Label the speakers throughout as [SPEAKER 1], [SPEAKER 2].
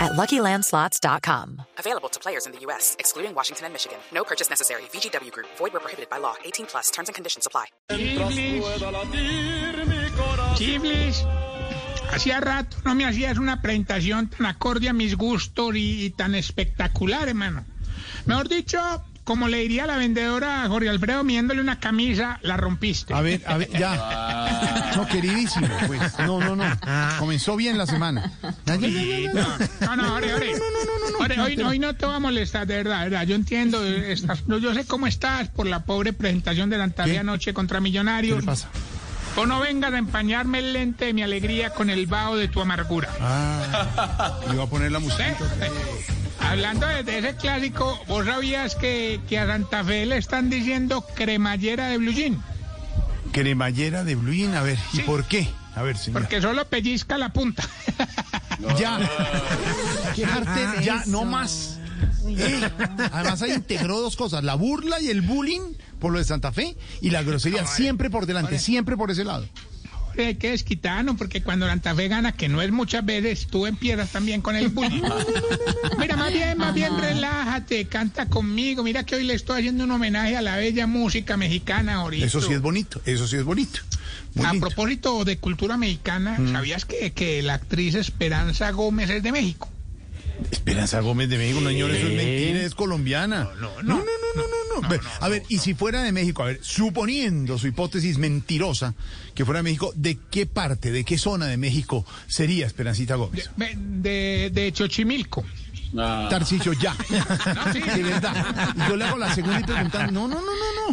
[SPEAKER 1] at luckylandslots.com.
[SPEAKER 2] Available to players in the U.S., excluding Washington and Michigan. No purchase necessary. VGW Group, void were prohibited by law. 18 plus terms and conditions apply.
[SPEAKER 3] Chiblis. Chiblis. Hacía rato no me hacías una presentación tan acorde a mis gustos y, y tan espectacular, hermano. Mejor dicho, como le diría la vendedora a Jorge Alfredo miéndole una camisa, la rompiste.
[SPEAKER 4] A ver, a ver, ya. No, queridísimo, pues. No, no, no. Comenzó bien la semana. Nadie-
[SPEAKER 3] No, no, Jorge, Jorge. Jorge, hoy, hoy no te va a molestar, de verdad, de verdad. Yo entiendo, eh, estás- no, yo sé cómo estás por la pobre presentación de la
[SPEAKER 4] ¿Qué?
[SPEAKER 3] Antalya anoche contra
[SPEAKER 4] ¿Qué le
[SPEAKER 3] Millonarios.
[SPEAKER 4] pasa?
[SPEAKER 3] O no vengas a empañarme el lente de mi alegría con el vaho de tu amargura.
[SPEAKER 4] Iba a poner la
[SPEAKER 3] Sí,
[SPEAKER 4] música.
[SPEAKER 3] sí. ¿Eh? Hablando de, de ese clásico, ¿vos sabías que, que a Santa Fe le están diciendo cremallera de blue jean?
[SPEAKER 4] Cremallera de Blue Jean, a ver, ¿y
[SPEAKER 3] Sí.
[SPEAKER 4] por qué? A ver, señor.
[SPEAKER 3] Porque solo pellizca la punta.
[SPEAKER 4] Ya. Qué arte, Ah. ya, no más. Eh, Además, ahí integró dos cosas: la burla y el bullying por lo de Santa Fe y la grosería siempre por delante, siempre por ese lado.
[SPEAKER 3] Hombre, Hay que desquitarnos, porque cuando Santa Fe gana, que no es muchas veces, tú empiezas también con el bullying. Mira, más bien, más bien, relájate, canta conmigo. Mira que hoy le estoy haciendo un homenaje a la bella música mexicana ahorita.
[SPEAKER 4] Eso sí es bonito, eso sí es bonito. Muy Mm.
[SPEAKER 3] A
[SPEAKER 4] lindo.
[SPEAKER 3] propósito de cultura mexicana, ¿sabías que, que la actriz Esperanza Gómez es de México?
[SPEAKER 4] Esperanza Gómez de México, no, señor, eso es mentira, es colombiana. No, no, no, no, no, no, no. A ver, y si fuera de México, a ver, suponiendo su hipótesis mentirosa que fuera de México, ¿de qué parte, de qué zona de México sería Esperancita Gómez?
[SPEAKER 3] De, de- de Xochimilco.
[SPEAKER 4] Ah. Tarcicio, ya.
[SPEAKER 3] No, sí.
[SPEAKER 4] De verdad. Y yo le hago la segunda y preguntan, no, no, no, no, no.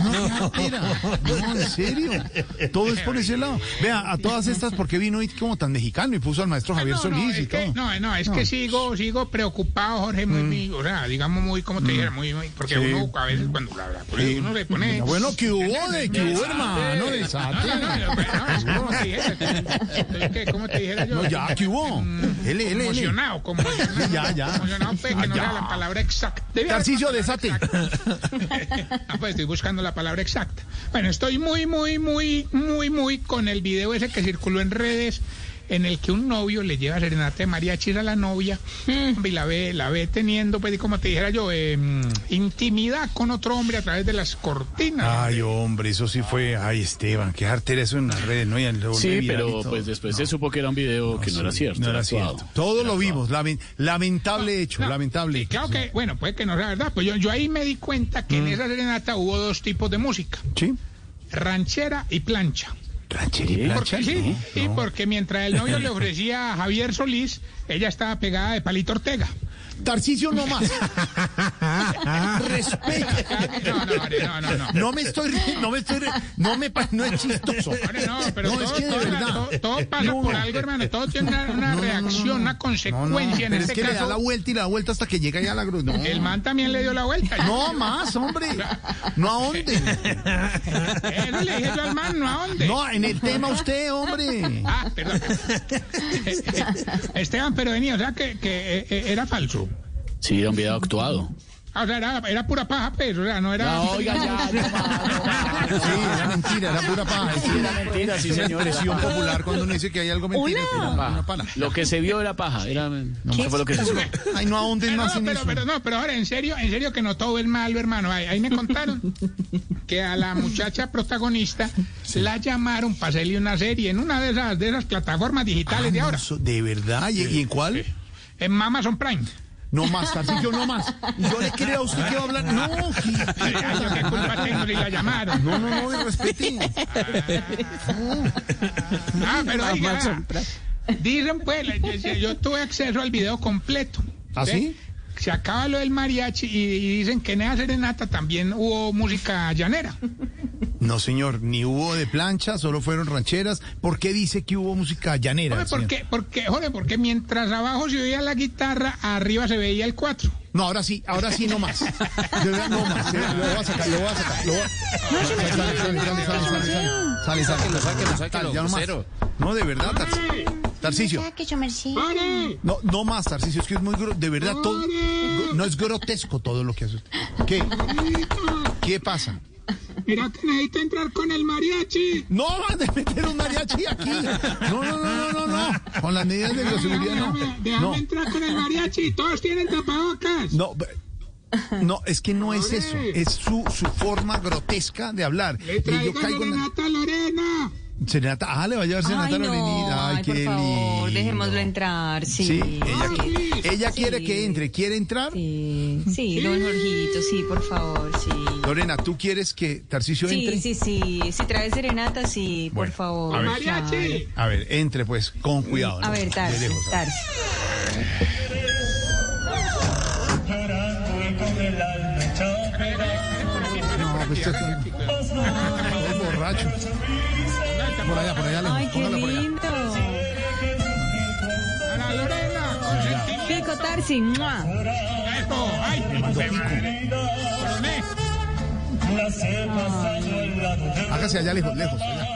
[SPEAKER 4] No, mentira. No, en serio. Todo es por ese lado. Vea, a todas estas, ¿por qué vino hoy como tan mexicano y puso al maestro Javier
[SPEAKER 3] no, no,
[SPEAKER 4] Solís y
[SPEAKER 3] es que,
[SPEAKER 4] todo? Mm.
[SPEAKER 3] no, no, es que sigo, sigo preocupado, Jorge, muy, muy, o sea, digamos muy, como te dijera, muy, muy, porque
[SPEAKER 4] Sí.
[SPEAKER 3] uno a veces cuando la habla, por
[SPEAKER 4] Sí.
[SPEAKER 3] eso uno le pone...
[SPEAKER 4] Ah, Bueno, ¿qué hubo de qué hubo, hermano?
[SPEAKER 3] No,
[SPEAKER 4] Desate.
[SPEAKER 3] no, no, no, no, es como te dijera, es que como te dijera yo, Mm,
[SPEAKER 4] No, ya, ¿qué hubo? Él, él, él.
[SPEAKER 3] emocionado, conmocionado,
[SPEAKER 4] Ya, ya. Ah,
[SPEAKER 3] conmocionado, pues, que no
[SPEAKER 4] Ya.
[SPEAKER 3] era la palabra exacta. Debía haber
[SPEAKER 4] Tarcicio, desate.
[SPEAKER 3] Ah, pues estoy buscando la palabra exacta. Bueno, estoy muy, muy, muy, muy, muy con el video ese que circuló en redes en el que un novio le lleva serenata de mariachis a la novia y la ve, la ve teniendo, pues y como te dijera yo, eh, intimidad con otro hombre a través de las cortinas.
[SPEAKER 4] Ay, hombre, eso sí fue. Ay, Esteban, qué artera eso en las redes, ¿no? Y luego
[SPEAKER 5] Sí,
[SPEAKER 4] viral y
[SPEAKER 5] pero
[SPEAKER 4] todo.
[SPEAKER 5] pues después se supo que era un video que no era cierto.
[SPEAKER 4] No era
[SPEAKER 5] actuado.
[SPEAKER 4] cierto. Todo lo vimos. lamen- lamentable hecho,
[SPEAKER 3] No,
[SPEAKER 4] lamentable.
[SPEAKER 3] sí,
[SPEAKER 4] hecho.
[SPEAKER 3] claro que, bueno, puede que no sea verdad, pues yo, yo ahí me di cuenta que en
[SPEAKER 4] Mm.
[SPEAKER 3] esa serenata hubo dos tipos de música,
[SPEAKER 4] Sí.
[SPEAKER 3] ranchera y plancha.
[SPEAKER 4] Ranchera y plancha,
[SPEAKER 3] Porque sí,
[SPEAKER 4] ¿no?
[SPEAKER 3] y porque mientras el novio le ofrecía a Javier Solís, ella estaba pegada de Palito Ortega.
[SPEAKER 4] Tarcicio, no más. Respeta.
[SPEAKER 3] No, no, hombre, no, no, no.
[SPEAKER 4] No me estoy. ri- No me estoy. ri- No me. pa- No es chistoso.
[SPEAKER 3] Hombre, no, pero
[SPEAKER 4] No,
[SPEAKER 3] todo,
[SPEAKER 4] es que de
[SPEAKER 3] todo-
[SPEAKER 4] verdad.
[SPEAKER 3] todo- todo pasa
[SPEAKER 4] No.
[SPEAKER 3] por algo, hermano. Todo tiene una, una reacción, una
[SPEAKER 4] No, no,
[SPEAKER 3] consecuencia. en
[SPEAKER 4] pero es
[SPEAKER 3] este
[SPEAKER 4] que le da la
[SPEAKER 3] caso,
[SPEAKER 4] vuelta y la vuelta hasta que llega ya a la gru. No.
[SPEAKER 3] el man también le dio la vuelta.
[SPEAKER 4] No más, hombre. No ahonden.
[SPEAKER 3] Eso le dije yo al man, no a dónde.
[SPEAKER 4] No, en el tema usted, hombre.
[SPEAKER 3] Ah, perdón. Esteban, pero venía, o sea que, que, eh, eh, era falso.
[SPEAKER 5] Sí, era un video actuado.
[SPEAKER 3] Ah, O sea, era, era pura paja, pero o sea, no
[SPEAKER 4] Ah,
[SPEAKER 3] era.
[SPEAKER 4] Sí, era mentira, era pura paja. Sí, era
[SPEAKER 5] mentira, sí,
[SPEAKER 4] Es una
[SPEAKER 5] señor, era
[SPEAKER 4] expresión
[SPEAKER 5] paja.
[SPEAKER 4] popular cuando uno dice que hay algo mentira. es pura paja, una paja.
[SPEAKER 5] Lo que se vio era paja. Era, no, eso fue lo que se supo.
[SPEAKER 4] Ay, no ahonden
[SPEAKER 3] Pero
[SPEAKER 4] más
[SPEAKER 3] no,
[SPEAKER 4] en
[SPEAKER 3] pero,
[SPEAKER 4] eso.
[SPEAKER 3] pero no, pero ahora en serio, en serio que no todo es malo, hermano. Ahí, ahí me contaron que a la muchacha protagonista la llamaron para hacerle una serie en una de esas de esas plataformas digitales de
[SPEAKER 4] Ah, no,
[SPEAKER 3] ahora,
[SPEAKER 4] so- de verdad, ¿y, y en cuál?
[SPEAKER 3] en Amazon Prime.
[SPEAKER 4] No más, Tarcillo, no más. Y Yo le creo a usted que va a hablar. No,
[SPEAKER 3] Ay,
[SPEAKER 4] que-
[SPEAKER 3] yo qué culpa tengo si la llamaron.
[SPEAKER 4] no, no, no, respeten.
[SPEAKER 3] Ah, pero oiga, dicen pues, le- yo, yo tuve acceso al video completo.
[SPEAKER 4] ¿Ah, sí?
[SPEAKER 3] Se acaba lo del mariachi y, y dicen que en esa serenata también hubo música llanera.
[SPEAKER 4] No, señor, ni hubo de plancha, solo fueron rancheras. ¿Por qué dice que hubo música llanera?
[SPEAKER 3] Hombre,
[SPEAKER 4] señor?
[SPEAKER 3] porque, porque, joder, porque mientras abajo se oía la guitarra, arriba se veía el cuatro.
[SPEAKER 4] No, ahora sí, ahora sí no más. De verdad, no más. de verdad, Lo voy a sacar, lo voy a sacar. Lo voy a...
[SPEAKER 6] No, yo me
[SPEAKER 4] Sale,
[SPEAKER 6] quiero,
[SPEAKER 4] sale,
[SPEAKER 6] no,
[SPEAKER 4] sale,
[SPEAKER 6] yo
[SPEAKER 4] sale,
[SPEAKER 6] me
[SPEAKER 4] sale,
[SPEAKER 6] quiero.
[SPEAKER 4] sale. Sale, sale.
[SPEAKER 7] Sáquelo, sáquelo, sáquelo,
[SPEAKER 4] Ya no más.
[SPEAKER 7] grosero.
[SPEAKER 4] No, de verdad, Tarcicio. Tarcicio.
[SPEAKER 6] Ah, que yo merced.
[SPEAKER 4] No, no más, Tarcicio, es que es muy gro- de verdad todo gro- no es grotesco todo lo que hace usted. ¿Qué? ¿Qué pasa?
[SPEAKER 3] Mira que necesito entrar con el mariachi.
[SPEAKER 4] No van a meter un mariachi aquí. No, no, no, no, no, no. Con las medidas de bioseguridad no.
[SPEAKER 3] Déjame, déjame
[SPEAKER 4] No,
[SPEAKER 3] entrar con el mariachi. Todos tienen tapabocas.
[SPEAKER 4] no. pe- No, es que no es eso. Es su, su forma grotesca de hablar.
[SPEAKER 3] Le
[SPEAKER 4] Y yo
[SPEAKER 3] traigo
[SPEAKER 4] caigo en la-
[SPEAKER 3] Renata Lorena.
[SPEAKER 4] Serenata, ah, le va a llevar Serenata
[SPEAKER 6] Ay, no,
[SPEAKER 4] Lorenita. Ay,
[SPEAKER 6] ay,
[SPEAKER 4] qué
[SPEAKER 6] por favor,
[SPEAKER 4] lindo.
[SPEAKER 6] dejémoslo entrar, sí.
[SPEAKER 4] Sí, ella,
[SPEAKER 6] sí.
[SPEAKER 4] qui- ella
[SPEAKER 6] Sí.
[SPEAKER 4] quiere que entre. ¿Quiere entrar?
[SPEAKER 6] Sí, sí, don Jorgito, sí, por favor, sí.
[SPEAKER 4] Lorena, ¿tú quieres que Tarcicio entre?
[SPEAKER 6] Sí, sí, sí. Si trae serenata, sí,
[SPEAKER 4] Bueno,
[SPEAKER 6] por favor.
[SPEAKER 4] a ver.
[SPEAKER 3] Mariachi.
[SPEAKER 4] A ver, entre pues, con cuidado.
[SPEAKER 6] Claro. A
[SPEAKER 4] ¿no?
[SPEAKER 6] ver,
[SPEAKER 4] De
[SPEAKER 6] Tarsi,
[SPEAKER 4] lejos, a ver.
[SPEAKER 6] Tarsi.
[SPEAKER 4] No, pues esto está- Ay, borracho. Por allá, por allá. lejos,
[SPEAKER 6] Ay, qué
[SPEAKER 4] póngala por allá.
[SPEAKER 6] lindo.
[SPEAKER 3] A la Lorena, consentí.
[SPEAKER 6] Pico, Tarsi. ¡mua!
[SPEAKER 3] Eso, ay, me madre. Coroné.
[SPEAKER 4] Hágase allá lejos, lejos. allá.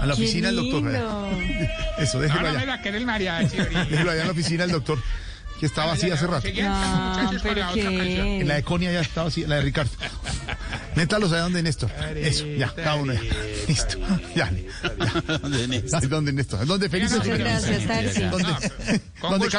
[SPEAKER 4] A la
[SPEAKER 6] Qué
[SPEAKER 4] oficina del doctor.
[SPEAKER 6] lindo.
[SPEAKER 4] allá. Eso,
[SPEAKER 3] No,
[SPEAKER 4] déjelo
[SPEAKER 3] no me
[SPEAKER 4] allá.
[SPEAKER 3] la que era el mariachi.
[SPEAKER 4] Déjelo allá en la oficina del doctor, que estaba así hace rato.
[SPEAKER 6] Ah, pero qué.
[SPEAKER 4] En la de Conia ya estaba así, la de Ricardo. Métalos allá donde Néstor. Eso, ya, cada uno ya. Listo, ya. Ahí donde Néstor, ahí donde Felices.
[SPEAKER 6] Muchas gracias, Tarsi.
[SPEAKER 4] Donde,
[SPEAKER 3] Con
[SPEAKER 4] donde
[SPEAKER 3] gusto.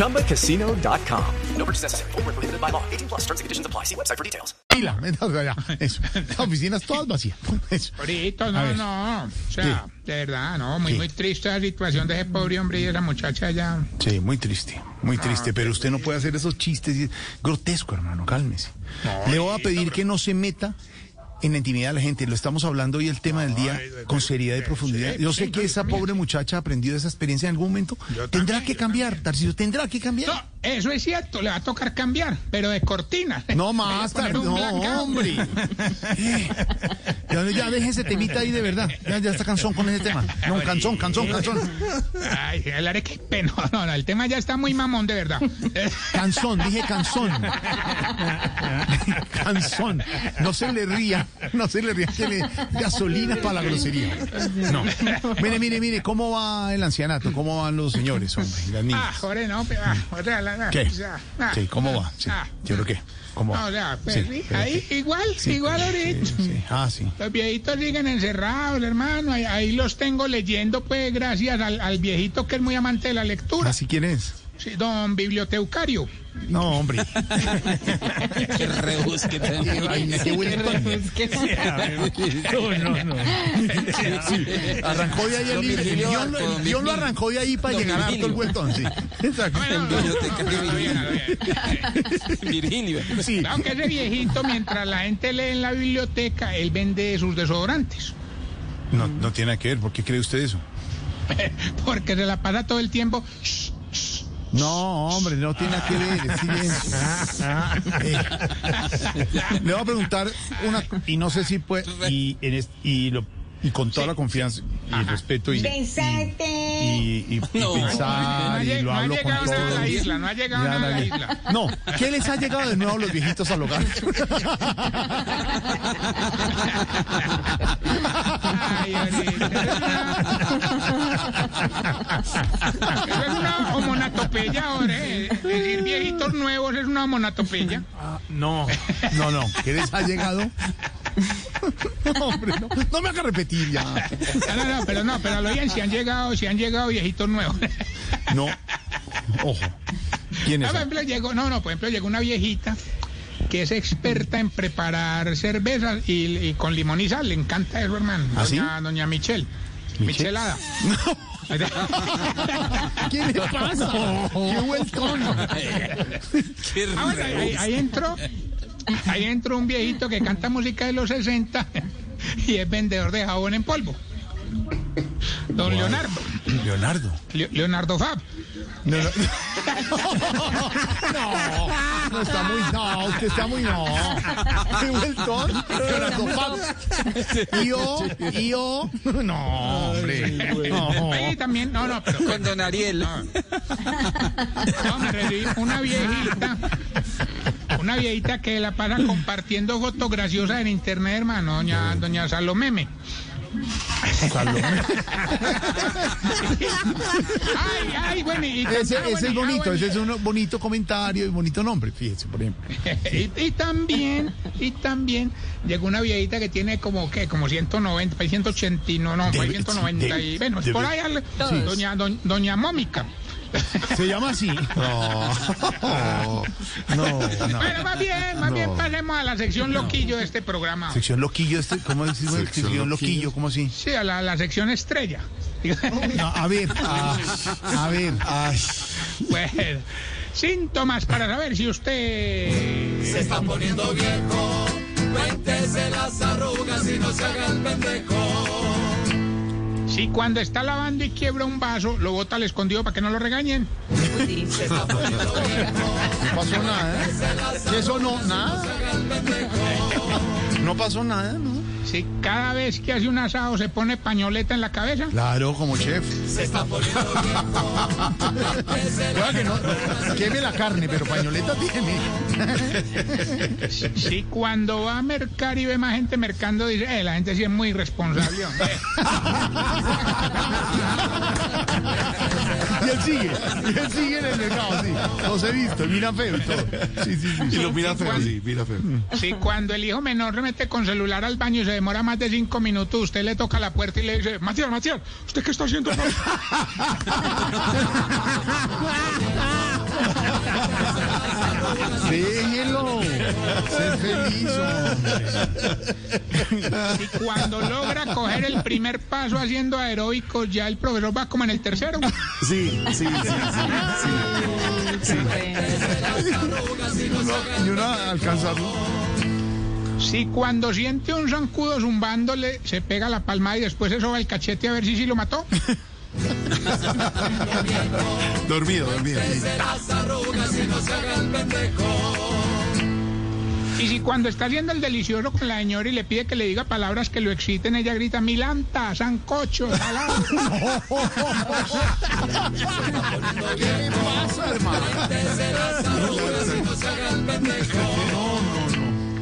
[SPEAKER 8] ChumbaCasino.com. No purchase necessary. Void where prohibited by law. 18 plus terms and conditions apply. See website for details.
[SPEAKER 4] pila. Métalos allá. Eso. Las oficinas todas vacías. Eso.
[SPEAKER 3] Ahorita,
[SPEAKER 4] A
[SPEAKER 3] no,
[SPEAKER 4] ver.
[SPEAKER 3] no. O sea, de verdad, no. Muy,
[SPEAKER 4] Sí.
[SPEAKER 3] muy triste la situación de ese pobre hombre y esa muchacha allá.
[SPEAKER 4] Sí, muy triste, muy triste, pero usted no puede hacer esos chistes y- grotesco, hermano, cálmese. Le voy a pedir que no se meta en la intimidad de la gente, lo estamos hablando hoy el tema del día con seriedad y profundidad. Yo sé que esa pobre muchacha aprendió de esa experiencia en algún momento, tendrá que cambiar, Tarcillo, tendrá que
[SPEAKER 3] No,
[SPEAKER 4] cambiar.
[SPEAKER 3] eso es cierto, le va a tocar cambiar, pero de cortina.
[SPEAKER 4] No
[SPEAKER 3] Le voy a
[SPEAKER 4] más,
[SPEAKER 3] poner
[SPEAKER 4] Tar-
[SPEAKER 3] un
[SPEAKER 4] no,
[SPEAKER 3] blackout.
[SPEAKER 4] hombre. Eh, Ya, ya deje ese temita ahí de verdad, ya, ya está cansón con ese tema. No, cansón, cansón, cansón.
[SPEAKER 3] Ay, el arequipe, no, no, no, el tema ya está muy mamón, de verdad.
[SPEAKER 4] Canzón, dije canzón. canzón. No se le ría, no se le ría que le gasolina para la grosería. No. Mire, mire, mire, ¿cómo va el ancianato? ¿Cómo van los señores, hombre? Y las
[SPEAKER 3] Ah,
[SPEAKER 4] niñas.
[SPEAKER 3] joder, no, pero, ah, o sea, la- la-
[SPEAKER 4] ¿Qué?
[SPEAKER 3] o sea, ah,
[SPEAKER 4] Sí, ¿cómo va? Sí.
[SPEAKER 3] ah,
[SPEAKER 4] Yo creo que. ¿Cómo
[SPEAKER 3] no,
[SPEAKER 4] va?
[SPEAKER 3] o sea, pues,
[SPEAKER 4] Sí,
[SPEAKER 3] sí,
[SPEAKER 4] pero
[SPEAKER 3] ahí,
[SPEAKER 4] que-
[SPEAKER 3] igual,
[SPEAKER 4] sí,
[SPEAKER 3] igual ahorita.
[SPEAKER 4] sí, sí. Ah, sí.
[SPEAKER 3] Los viejitos siguen encerrados, hermano. Ahí, ahí los tengo leyendo, pues, gracias al, al viejito que es muy amante de la lectura.
[SPEAKER 4] ¿Así Ah, quién es?
[SPEAKER 3] Sí, don biblioteucario.
[SPEAKER 4] No, hombre.
[SPEAKER 7] Que rebusque también.
[SPEAKER 4] Qué buen tono.
[SPEAKER 7] No, no,
[SPEAKER 4] Arrancó de ahí el
[SPEAKER 7] Don
[SPEAKER 4] libro. El
[SPEAKER 7] Virgilio
[SPEAKER 4] guión lo-
[SPEAKER 7] Barco,
[SPEAKER 4] el
[SPEAKER 7] don
[SPEAKER 4] guión lo
[SPEAKER 7] Virgilio.
[SPEAKER 4] arrancó de ahí para
[SPEAKER 7] Don
[SPEAKER 4] llegar a todo el
[SPEAKER 7] Virgilio.
[SPEAKER 4] vueltón, sí. Exacto.
[SPEAKER 7] Bibliotecario
[SPEAKER 3] está bien, está bien.
[SPEAKER 7] Virgilio.
[SPEAKER 4] Sí.
[SPEAKER 3] Claro que ese viejito, mientras la gente lee en la biblioteca, él vende sus desodorantes.
[SPEAKER 4] No, no tiene nada que ver. ¿Por qué cree usted eso?
[SPEAKER 3] Porque se la pasa todo el tiempo. "Shh, shh".
[SPEAKER 4] No, hombre, no tiene nada que ver. es silencio. Eh, le voy a preguntar una, y no sé si puede, y, en es- y, lo- y con toda la confianza y el respeto y,
[SPEAKER 6] Pensate.
[SPEAKER 4] y, y- y
[SPEAKER 7] No.
[SPEAKER 4] pensar,
[SPEAKER 3] No ha
[SPEAKER 4] y
[SPEAKER 3] lle-
[SPEAKER 4] lo
[SPEAKER 3] no ha
[SPEAKER 4] hablo con
[SPEAKER 3] llegado nada a la
[SPEAKER 4] todos.
[SPEAKER 3] isla, no ha llegado
[SPEAKER 4] Ya
[SPEAKER 3] nada a la
[SPEAKER 4] nadie-
[SPEAKER 3] isla.
[SPEAKER 4] No, ¿qué les ha llegado de nuevo a los viejitos al hogar?
[SPEAKER 3] Ay, ahorita. Eso es una homonatopeya ahora, ¿eh? Decir viejitos nuevos es una homonatopeya.
[SPEAKER 4] No, no, no. ¿Qué les ha llegado? No, hombre, no, no me haga repetir ya.
[SPEAKER 3] No, no, no, pero no, pero a lo bien, si han llegado, si han llegado viejitos nuevos.
[SPEAKER 4] No. Ojo. ¿Quién
[SPEAKER 3] No,
[SPEAKER 4] es?
[SPEAKER 3] por ejemplo, llegó, no, no, por ejemplo, llegó una viejita que es experta en preparar cervezas y, y con limón y sal. Le encanta eso, hermano.
[SPEAKER 4] ¿Ah, sí?
[SPEAKER 3] doña, doña Michelle. Michelada.
[SPEAKER 4] ¿Qué le pasa? ¡Qué buen tono!
[SPEAKER 7] Qué
[SPEAKER 3] Ah, bueno, ahí, ahí entró. Ahí entró un viejito que canta música de los 60 y es vendedor de jabón en polvo. Don Leonardo.
[SPEAKER 4] Leonardo.
[SPEAKER 3] Le- Leonardo Fab.
[SPEAKER 4] No, no. no, no está muy, no, usted está muy, no. Qué vueltón. Leonardo Fab. Yo, yo, no, hombre. No.
[SPEAKER 3] Ahí también, no, no, pero
[SPEAKER 7] Con Don Ariel.
[SPEAKER 3] no, me referí, una viejita. Una viejita que la pasa compartiendo fotos graciosas en internet, hermano, doña, doña Salomeme. Ay, ay, bueno, y
[SPEAKER 4] Ese,
[SPEAKER 3] ah,
[SPEAKER 4] ese
[SPEAKER 3] bueno,
[SPEAKER 4] es
[SPEAKER 3] ah,
[SPEAKER 4] bonito,
[SPEAKER 3] bueno,
[SPEAKER 4] ese es un bonito comentario y bonito nombre, fíjese, por ejemplo.
[SPEAKER 3] y, y también, y también llegó una viejita que tiene como que, como 190, pues, 180, no, no, pues,
[SPEAKER 4] Debe-
[SPEAKER 3] 190 y
[SPEAKER 4] debe-
[SPEAKER 3] bueno,
[SPEAKER 4] debe-
[SPEAKER 3] por ahí al-
[SPEAKER 6] Todos.
[SPEAKER 3] doña, doña, doña Mómica.
[SPEAKER 4] Se llama así. No, no, no.
[SPEAKER 3] Bueno, más bien, más
[SPEAKER 4] No.
[SPEAKER 3] bien pasemos a la sección loquillo de este programa. Sí,
[SPEAKER 4] Sección loquillo, este, ¿cómo decimos? Sección, loquillo, ¿cómo así?
[SPEAKER 3] a la, la sección estrella.
[SPEAKER 4] No, a ver, a, a ver. ay.
[SPEAKER 3] Bueno, Pues, síntomas para saber si usted... Si cuando está lavando y quiebra un vaso, lo bota al escondido para que no lo regañen.
[SPEAKER 6] Sí.
[SPEAKER 4] No pasó nada, ¿eh? ¿Y eso no? ¿Nada? No pasó nada, ¿no?
[SPEAKER 3] Si cada vez que hace un asado se pone pañoleta en la cabeza.
[SPEAKER 4] Claro, como chef. Se está poniendo que no. Queme la carne, pero pañoleta tiene.
[SPEAKER 3] Si cuando va a mercar y ve más gente mercando, dice, eh, la gente sí es muy irresponsable. hombre".
[SPEAKER 4] Y él sigue. Y él sigue en el mercado, sí. Los he visto, y mira feo y todo. Sí, sí, sí.
[SPEAKER 9] Y lo mira feo, sí, mira feo.
[SPEAKER 3] si cuando el hijo menor se mete con celular al baño y se demora más de cinco minutos, usted le toca la puerta y le dice, Matías, Matías, ¿usted qué está haciendo? acá?"
[SPEAKER 4] Déjelo. Ser feliz, hombre.
[SPEAKER 3] y cuando logra coger el primer paso haciendo aeróbicos, ya el profesor va como en el tercero.
[SPEAKER 9] Sí, sí, sí,
[SPEAKER 4] No, y uno alcanzarlo.
[SPEAKER 3] Si cuando siente un zancudo zumbándole, se pega la palma y después se soba el cachete a ver si sí lo mató.
[SPEAKER 9] sí. Dormido, dormido. sí.
[SPEAKER 3] Y si cuando está haciendo el delicioso con la señora y le pide que le diga palabras que lo exciten, ella grita milanta, sancocho, salado.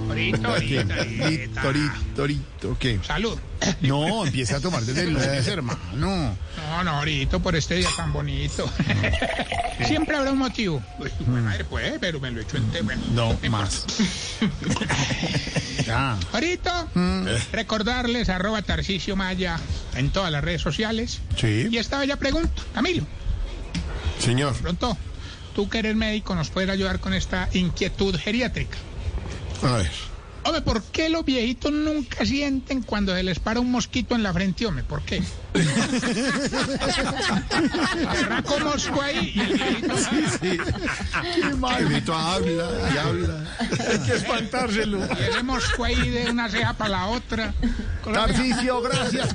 [SPEAKER 3] Ahorita, ahorita,
[SPEAKER 4] Torito,
[SPEAKER 3] ahorita.
[SPEAKER 4] torito, torito, ¿qué?
[SPEAKER 3] Salud.
[SPEAKER 4] No, empieza a tomar desde el lunes, hermano.
[SPEAKER 3] No, no, ahorita por este día tan bonito. Siempre habrá un motivo. Uy, mi madre, pues, pero me lo echo entero. Bueno.
[SPEAKER 4] No más. Ya.
[SPEAKER 3] Ahorita, Eh. recordarles arroba Tarcicio Maya en todas las redes sociales.
[SPEAKER 4] Sí.
[SPEAKER 3] Y esta bella pregunta, Camilo,
[SPEAKER 9] Señor,
[SPEAKER 3] pronto, tú que eres médico nos puedes ayudar con esta inquietud geriátrica.
[SPEAKER 9] a ver.
[SPEAKER 3] Hombre, ¿por qué los viejitos nunca sienten cuando se les para un mosquito en la frente, hombre? ¿Por qué? Arranco mosco ahí y el viejito...
[SPEAKER 9] Evito habla y habla.
[SPEAKER 4] Hay que espantárselo.
[SPEAKER 3] Y ese mosco ahí de una ceja para la otra.
[SPEAKER 4] Tarcicio, gracias.